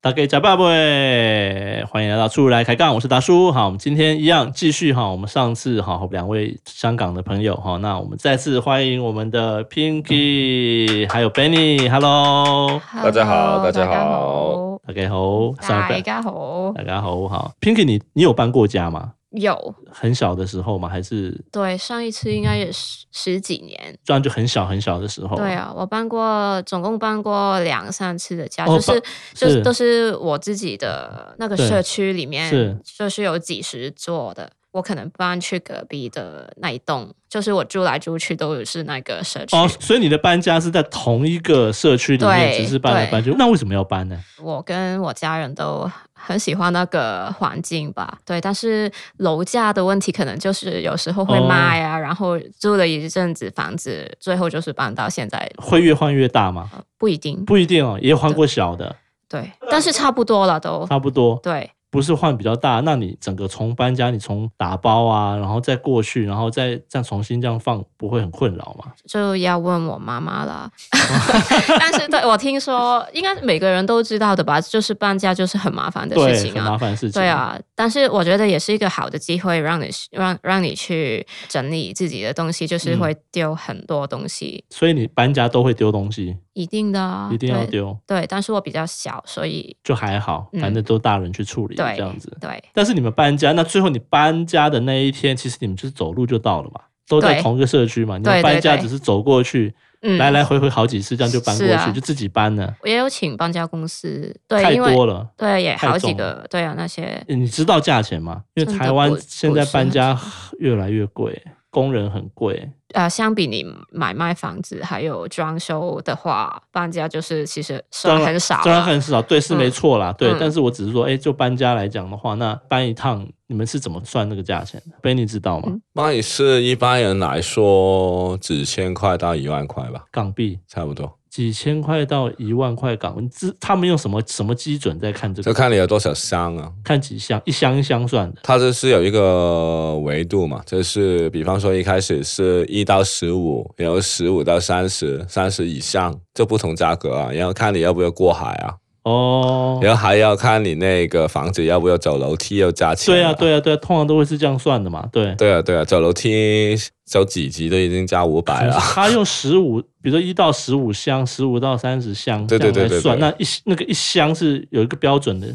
大家假爸喂，欢迎来到出来开杠，我是达叔。好，我们今天一样继续哈，我们上次哈两位香港的朋友哈，那我们再次欢迎我们的 Pinky 还有 Benny，Hello，大家好大家好好，大家好，上大班家好，大家好好，Pinky 你你有搬过家吗？有很小的时候吗？还是对上一次应该也十十几年，这样就很小很小的时候？对啊，我搬过，总共搬过两三次的家，哦就是搬就是都是我自己的那个对社区里是面，就是有几十座的。我可能搬去隔壁的那一栋，就是我住来住去都是那个社区。哦，所以你的搬家是在同一个社区里面，对只是搬来搬去，那为什么要搬呢？我跟我家人都很喜欢那个环境吧，对。但是楼价的问题，可能就是有时候会哦卖啊，然后住了一阵子房子，最后就是搬到现在，会越换越大吗？不一定，不一定哦，也换过小的，对。但是差不多了都，差不多。对不是换比较大，那你整个从搬家，你从打包啊，然后再过去，然后再再重新这样放，不会很困扰吗？就要问我妈妈了。哦 但是对我听说，应该每个人都知道的吧，就是搬家就是很麻烦的对事，情很啊麻。烦的事情。对，啊，但是我觉得也是一个好的机会，让你让让你去整理自己的东西，就是嗯会丢很多东西，所以你搬家都会丢东西，一定的啊，一定要对。丢，对，但是我比较小，所以就还好，嗯反正都大人去处理、对这样子。对但是你们搬家，那最后你搬家的那一天，其实你们就是走路就到了嘛，都在对同一个社区嘛。你们对对搬家对只是走过去，嗯，来来回回好几次，这样就搬过去，是啊就自己搬了，我也有请搬家公司，对，太因为多了。对也太好几重了个，对啊，那些你知道价钱吗？因为真的台湾不现在不是搬很家越来越贵，工人很贵。呃，相比你买卖房子还有装修的话，搬家就是其实当算然很少当然了很少，对，是嗯没错啦，对嗯。但是我只是说，哎，就搬家来讲的话，那搬一趟你们是怎么算那个价钱的？贝尼知道吗嗯？那也是一般人来说，几千块到一万块吧，港币差不多。几千块到一万块港币，这他们用什么什么基准在看这就个？看你有多少箱啊。看几箱，一箱一箱算的。它这是有一个维度嘛，就是比方说一开始是一到十五，然后十五到三十，三十以上就不同价格啊，然后看你要不要过海啊，哦，然后还要看你那个房子要不要走楼梯要加钱、对啊，啊，对啊，对啊，通常都会是这样算的嘛，对。对啊，对啊，走楼梯走几级都已经加五百了，他用十五，比如说一到十五箱，十五到三十箱，对对对这样来对算。对那一那个一箱是有一个标准的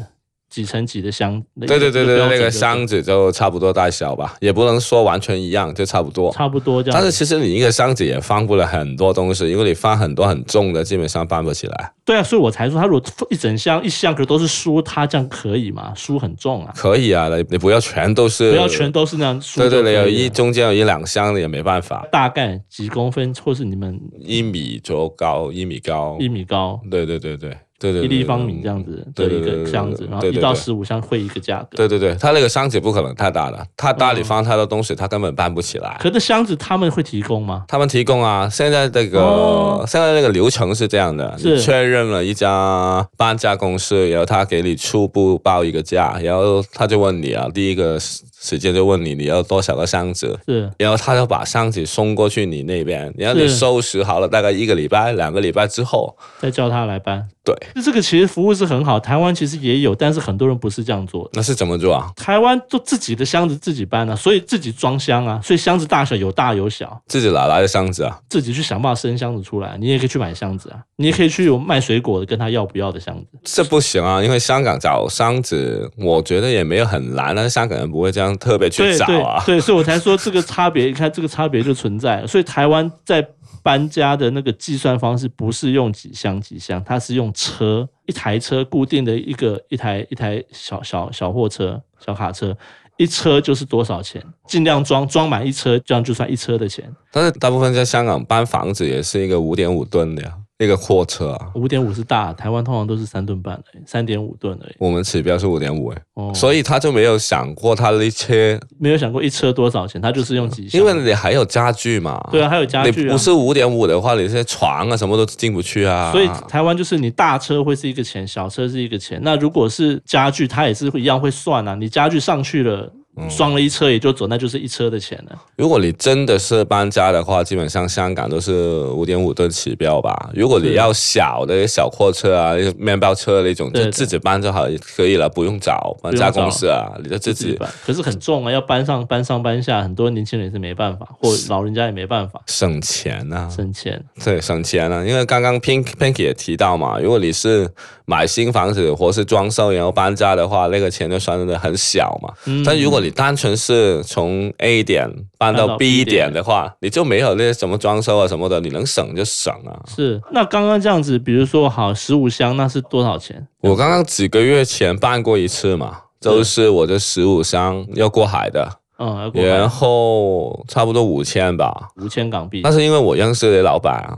几乘几的箱，对对对对，对那个箱箱子就差不多大小吧，也不能说完全一样，就差不多。差不多这样。但是其实你一个箱子也放不了很多东西，因为你放很多很重的，基本上搬不起来。对啊，所以我才说他如果一整箱一箱可都是书，他这样可以吗？书很重啊，可以啊，你你不要全都是，不要全都是那样书就对可以对了。对，有一中间有一两箱的也没办法，大概几公分，或是你们一米左右高，一米高一，米高。对对对对对对，对嗯一立方米这样。子的对对一对个对箱对子，对然后对一对到对十五箱会一个价格。对对对，它那个箱子不可能太大了，太大嗯你放太多东西，它根本搬不起来。可是箱子他们会提供吗？他们提供啊，现在这个、哦现在那个流程是这样的，是你确认了一家搬家公司，然后他给你初步报一个价，然后他就问你啊，第一个时时间就问你你要多少个箱子。是然后他就把箱子送过去你那边，然后你是收拾好了，大概一个礼拜、两个礼拜之后，再叫他来搬。对，这个其实服务是很好，台湾其实也有，但是很多人不是这样做的。那是怎么做啊？台湾都自己的箱子自己搬啊，所以自己装箱啊，所以箱子大小有大有小，自己哪来的箱子啊？自己去想办法生箱子出来。啊你也可以去买箱子啊，你也可以去有卖水果的跟他要不要的箱子。这不行啊，因为香港找箱子，我觉得也没有很难，但是香港人不会这样特别去对找啊。对对，所以我才说这个差别，你看这个差别就存在了。所以台湾在搬家的那个计算方式不是用几箱几箱，它是用车一台车固定的一个一台一台小小小货车小卡车，一车就是多少钱，尽量装装满一车，这样就算一车的钱，但是大部分在香港搬房子也是一个五点五吨的呀，一个货车啊。五点五是大，台湾通常都是三吨半而已，三点五吨而已。我们指标是五点五，哎哦，所以他就没有想过他的车，没有想过一车多少钱，它就是用几箱。因为你还有家具嘛。对啊，还有家具你啊不。是五点五的话，你这些床啊什么都进不去啊。所以台湾就是你大车会是一个钱，小车是一个钱。那如果是家具，它也是会一样会算啊。你家具上去了，装了一车也就走，那就是一车的钱了。如果你真的是搬家的话，基本上香港都是五点五吨起标吧。如果你要小的小货车啊、面包车那种，对就自己搬就好，可以了，不用找搬用家找公司啊，你就自自己己。搬，可是很重啊，要搬上搬上搬下，很多年轻人也是没办法，或老人家也没办法省钱呐、啊，省钱。对，省钱啊，因为刚刚 Pink Pink 也提到嘛，如果你是买新房子或是装修然后搬家的话，那个钱就算的很小嘛。嗯但如果你单纯是从 A 点搬搬到到 B B 点点的话，你就没有那些什么装修啊什么的，你能省就省啊。是那刚刚这样子，比如说好十五箱，那是多少钱？我刚刚几个月前办过一次嘛，就是我这十五箱要过海的，嗯，要过然来后差不多五千吧。五千港币。但是因为我认识的老板 啊，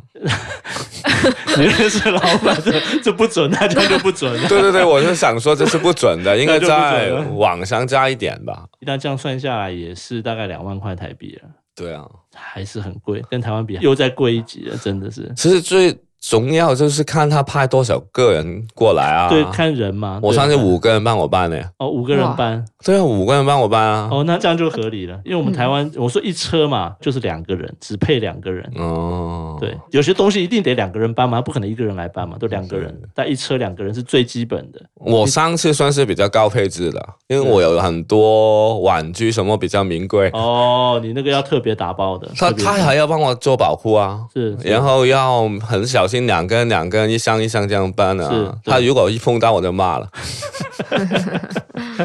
你 认识老板，这这不准，那这样就不准了。 对对对，我就想说这是不准的，应该 那在就不准了网上加一点吧。那这样算下来也是大概两万块台币了，对啊，还是很贵，跟台湾比又再贵一级了，真的是。其实最重要就是看他派多少个人过来啊。对，看人嘛。我对上次看五个人帮我办呢。哦五个人哇搬对啊，五个人帮我办啊。哦，那这样就合理了，因为我们台嗯湾我说一车嘛就是两个人，只配两个人。哦，对，有些东西一定得两个人搬嘛，不可能一个人来搬嘛，都两个人，但一车两个人是最基本的。我上次算是比较高配置的，因为我有很多玩具什么比较名贵，哦，你那个要特别打包的，他特别他还要帮我做保护啊，是是然后要很小心，两个人两个人一箱一箱这样搬是啊。对他如果一碰到我就骂了，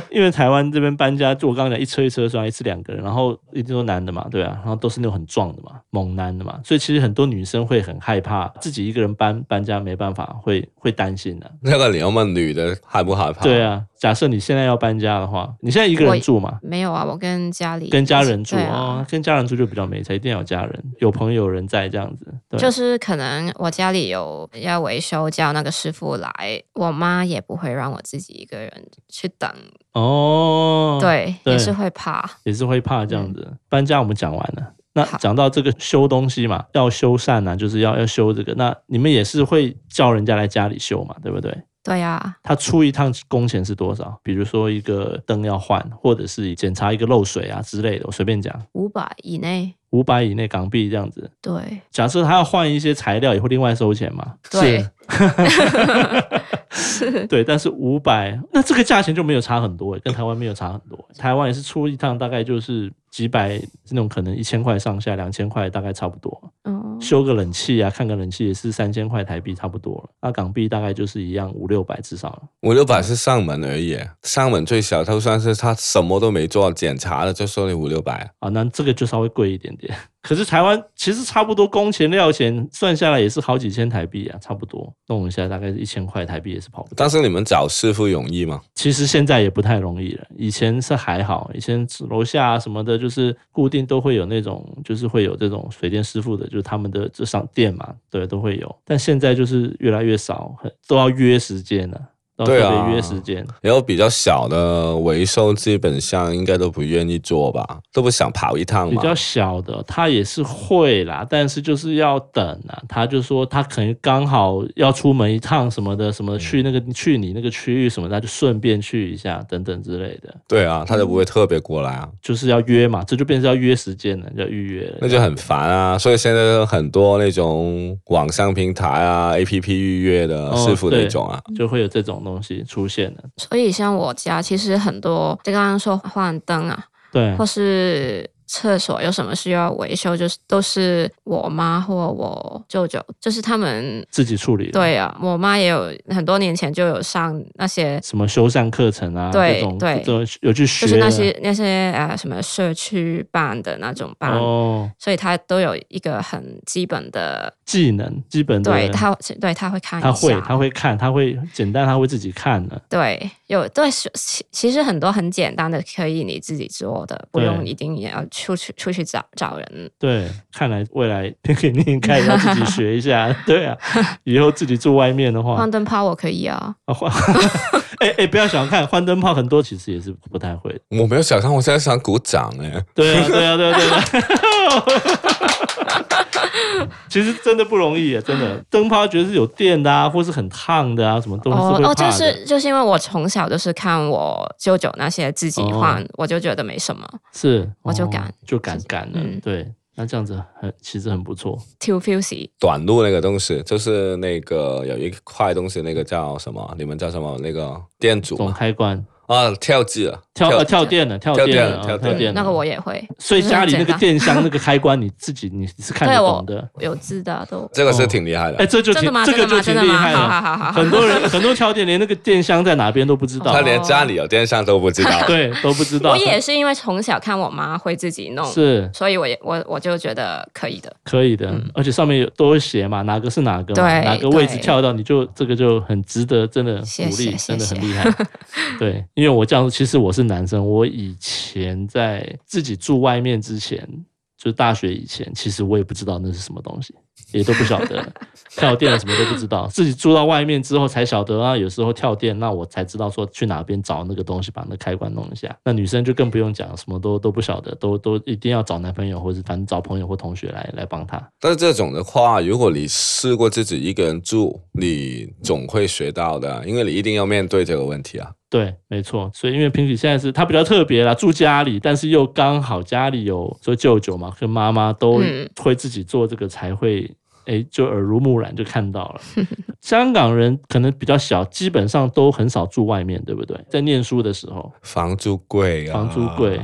因为台湾这边搬家，就我刚刚讲一车一车算，一次两个人，然后一定都男的嘛，对啊，然后都是那种很壮的嘛，猛男的嘛，所以其实很多女生会很害怕自己一个人搬搬家没办法，会会担心的、那个你要问女的害不害怕？对，啊，假设你现在要搬家的话，你现在一个我人住嘛？没有啊，我跟家里跟家人住对哦啊，，跟家人住就比较没差，一定要有家人、有朋友有人在这样子。对，就是可能我家里有要维修，叫那个师傅来，我妈也不会让我自己一个人去等，哦，，对，对也是会怕。也是会怕这样子。搬家我们讲完了，那嗯好讲到这个修东西嘛，要修缮啊，就是要要修这个。那你们也是会叫人家来家里修嘛，对不对？对啊，他出一趟工钱是多少？比如说一个灯要换，或者是检查一个漏水啊之类的，我随便讲，五百以内，五百以内港币这样子。对 假设他要换一些材料，也会另外收钱嘛？对是，对，但是五百，那这个价钱就没有差很多欸，跟台湾没有差很多欸。台湾也是出一趟大概就是几百那种，可能一千块上下，两千块大概差不多。哦，修个冷气啊，看个冷气也是三千块台币差不多了，那港币大概就是一样五六百至少了。五六百是上门而已，上门最小就算是他什么都没做，检查了就收你五六百，啊，那这个就稍微贵一点点， 可是台湾其实差不多工钱料钱算下来也是好几千台币啊，差不多弄一下大概是一千块台币也是跑不掉。但是你们找师傅容易吗？其实现在也不太容易了，以前是还好，以前楼下啊什么的，就是固定都会有那种，就是会有这种水电师傅的，就是他们的这商店嘛，对，都会有。但现在就是越来越少，很都要约时间了、都对要啊特别约时间。然后比较小的维修，基本上应该都不愿意做吧，都不想跑一趟比嘛。较小的他也是会啦，但是就是要等啊。他就说他可能刚好要出门一趟什么的，什么去那个嗯去你那个区域什么的，他就顺便去一下等等之类的，对啊，他就不会特别过来啊，就是要约嘛，这就变成要约时间了，要预约了。那就很烦啊。所以现在有很多那种网上平台啊、A P P 预约的哦师傅那种啊，就会有这种东西出现了。所以像我家其实很多，就刚刚说换灯啊，对或是厕所有什么需要维修，就是都是我妈或我舅舅，就是他们。自己处理的。对啊，我妈也有很多年前就有上那些，什么修缮课程啊，对这种对这种有去学啊就的，是那些那些呃什么社区办的那种班，哦所以她都有一个很基本的，技能基本的，对她对她会看一下，他会他会看，他会简单，他会自己看的。对有对是其其实很多很简单的可以你自己做的，不对用一定也要出去出去找找人，对，看来未来 可以你应该要自己学一下。对啊，以后自己住外面的话换，灯泡我可以啊，啊换， 哎哎，不要小看换灯泡，很多其实也是不太会的。我没有想象，我现在想鼓掌哎、对啊，对啊，对啊，对啊。 其实真的不容易耶，真的灯泡觉得是有电的啊，或是很烫的啊，什么东西是哦会怕的。哦，就是就是因为我从小就是看我舅舅那些自己哦换，我就觉得没什么是我就哦敢就敢敢了，嗯对。那这样子很其实很不错， too fusy。短路那个东西，就是那个有一块东西，那个叫什么？你们叫什么？那个电阻总嘛开关啊，跳机了，跳呃跳跳电了，跳跳电电了，了啊跳跳电电了。那个我也会，所以家里那就是个很简单电箱那个开关，你自己你是看得对我懂的。有字的都。这个是挺厉害的哎，。这就真挺的吗？这个真的就吗？挺真的厉吗？害好好了。好好好很。多 人很多跳电连那个电箱在哪边都不知道他哦，连家里有电扇都不知道， 对都不知道。我也是因为从小看我妈会自己弄，是所以我也我我就觉得可以的。可以的，而且上面有都会写嘛，哪个是哪个嘛，嗯对哪个位置对跳到，你就这个就很值得，真的鼓谢励，谢真的谢很谢厉害。 对，因为我这样，其实我是男生，我以前在自己住外面之前，就是大学以前，其实我也不知道那是什么东西，也都不晓得跳电什么都不知道，自己住到外面之后才晓得啊，有时候跳电，那我才知道说去哪边找那个东西，把那开关弄一下。那女生就更不用讲，什么都都不晓得，都都一定要找男朋友或者反正找朋友或同学来来帮她。但是这种的话，如果你试过自己一个人住，你总会学到的，因为你一定要面对这个问题啊。对，没错。所以因为平底现在是他比较特别啦，住家里，但是又刚好家里有说舅舅嘛，跟妈妈都嗯会自己做这个，才会哎就耳濡目染就看到了。 香港人可能比较小，基本上都很少住外面，对不对？在念书的时候，房租贵啊，房租贵，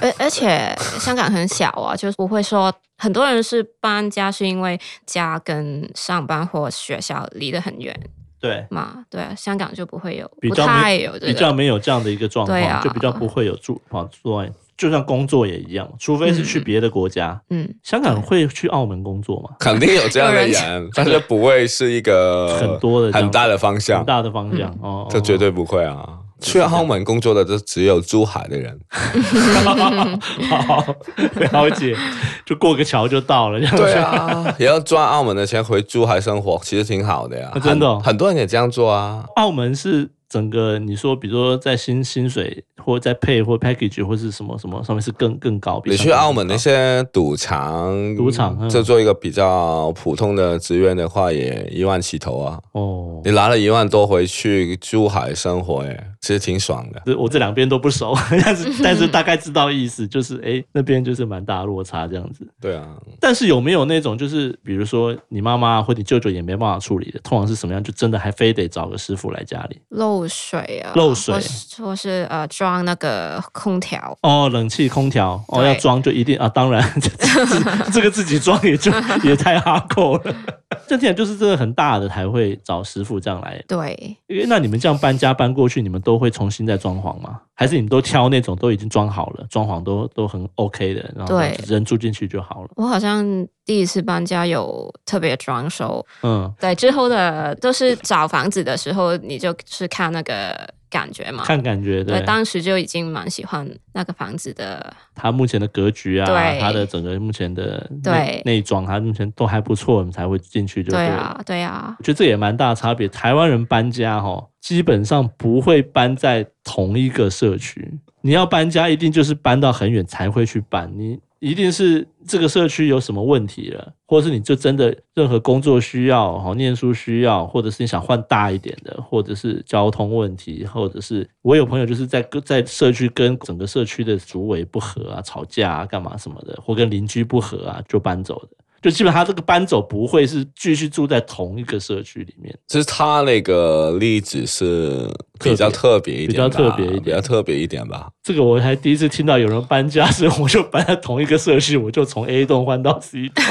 而而 且香港很小啊，就是不会说很多人是搬家是因为家跟上班或学校离得很远对，嘛，对啊，香港就不会有，比不较太没有这比较个。没有这样的一个状况，对啊就比较不会有住房住外，就像工作也一样，除非是去别的国家。嗯，香港会去澳门工作吗？肯定有 这样的有人，但是不会是一个很多的这样呃很大的方向很，大的方嗯向、哦，这绝对。对不会啊。去澳门工作的就只有珠海的人， 好，了解，就过个桥就到了，这样对啊， 也要赚澳门的钱回珠海生活，其实挺好的呀啊。真的哦很很多人也这样做啊。澳门是整个你说，比如说在薪薪水或在配或 package 或是什么什么上面是更更高。比你香去港澳门更那高些赌场，赌场嗯就做一个比较普通的职员的话，也一万起头啊。哦你，拿了一万多回去珠海生活，哎，其实挺爽的。这我这两边都不熟， 但嗯是但是大概知道意思，就是哎那边就是蛮大的落差这样子。对啊，但是有没有那种就是比如说你妈妈或你舅舅也没办法处理的，通常是什么样？就真的还非得找个师傅来家里漏水啊，漏水或是或是呃装那个空调，哦，冷气、空调哦，对要装就一定啊，当然 这这这个自己装也就 也太哈扣了。这点就是真的很大的才会找师傅这样来。对，因为那你们这样搬家搬过去，你们都会重新再装潢吗？还是你们都挑那种都已经装好了，装潢都都很 OK 的，然后对人住进去就好了。我好像第一次搬家有特别装修，嗯，对，之后的都是找房子的时候，你就是看那个感觉嘛。看感觉对，对，当时就已经蛮喜欢那个房子的，它目前的格局啊，对它的整个目前的内对内装，它目前都还不错，你才会进去就对了。啊，对啊，我觉得这也蛮大的差别。台湾人搬家哈，基本上不会搬在同一个社区。你要搬家，一定就是搬到很远才会去搬。你一定是这个社区有什么问题了，或者是你就真的任何工作需要、哈念书需要，或者是你想换大一点的，或者是交通问题，或者是我有朋友就是在跟在社区跟整个社区的主委不和啊，吵架啊，干嘛什么的，或跟邻居不和啊，就搬走的。就基本上他这个搬走不会是继续住在同一个社区里面。就是他那个例子是比较特别一点吧，比较特别一点比较特别一点吧。这个我还第一次听到有人搬家，所以我就搬在同一个社区，我就从 A 栋换到 C 栋。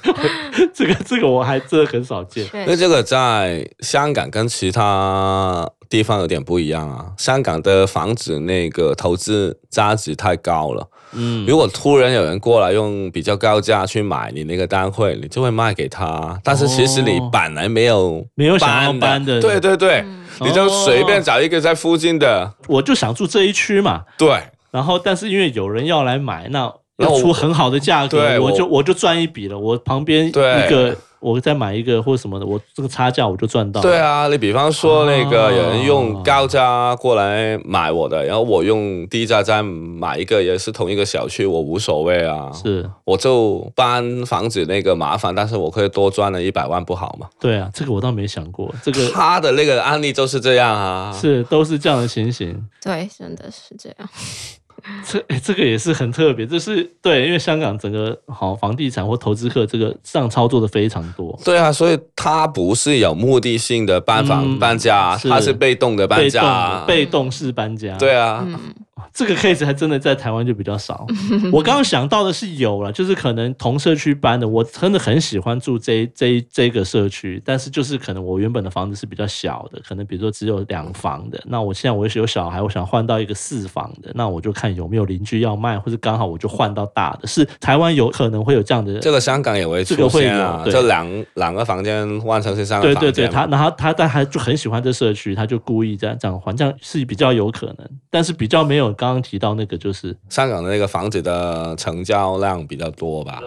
这个这个我还真的很少见。确因为实这个在香港跟其他地方有点不一样啊。香港的房子那个投资价值太高了，嗯，如果突然有人过来用比较高价去买你那个单位，你就会卖给他。但是其实你哦本来没有没有想要的搬的对对对，嗯你就随便找一个在附近的，我就想住这一区嘛，对。然后但是因为有人要来买，那那要我出很好的价格，对我我就我就赚一笔了。我旁边一对个我再买一个或什么的，我这个差价我就赚到了。对啊，你比方说那啊个有人用高价过来买我的，然后我用低价再买一个，也是同一个小区，我无所谓啊。是，我就搬房子那个麻烦，但是我可以多赚了一百万，不好吗？对啊，这个我倒没想过，这个他的那个案例就是这样啊。是都是这样的情形。对，真的是这样。这、诶这个也是很特别，就是对，因为香港整个好房地产或投资客这个上操作的非常多，对啊，所以他不是有目的性的搬房嗯搬家啊，是他是被动的搬被家动啊。被动式搬家。对啊，嗯，这个 case 还真的在台湾就比较少。我刚刚想到的是有了，就是可能同社区搬的，我真的很喜欢住这这这个社区，但是就是可能我原本的房子是比较小的，可能比如说只有两房的，那我现在我有小孩，我想换到一个四房的，那我就看有没有邻居要卖，或者刚好我就换到大的。是台湾有可能会有这样的这个香港也会这个出会现啊，有对就两两个房间换成是三个对房间对嘛。对，他然后他但他就很喜欢这社区，他就故意这样这样还，这样是比较有可能，但是比较没有刚刚提到那个就是香港的那个房子的成交量比较多吧。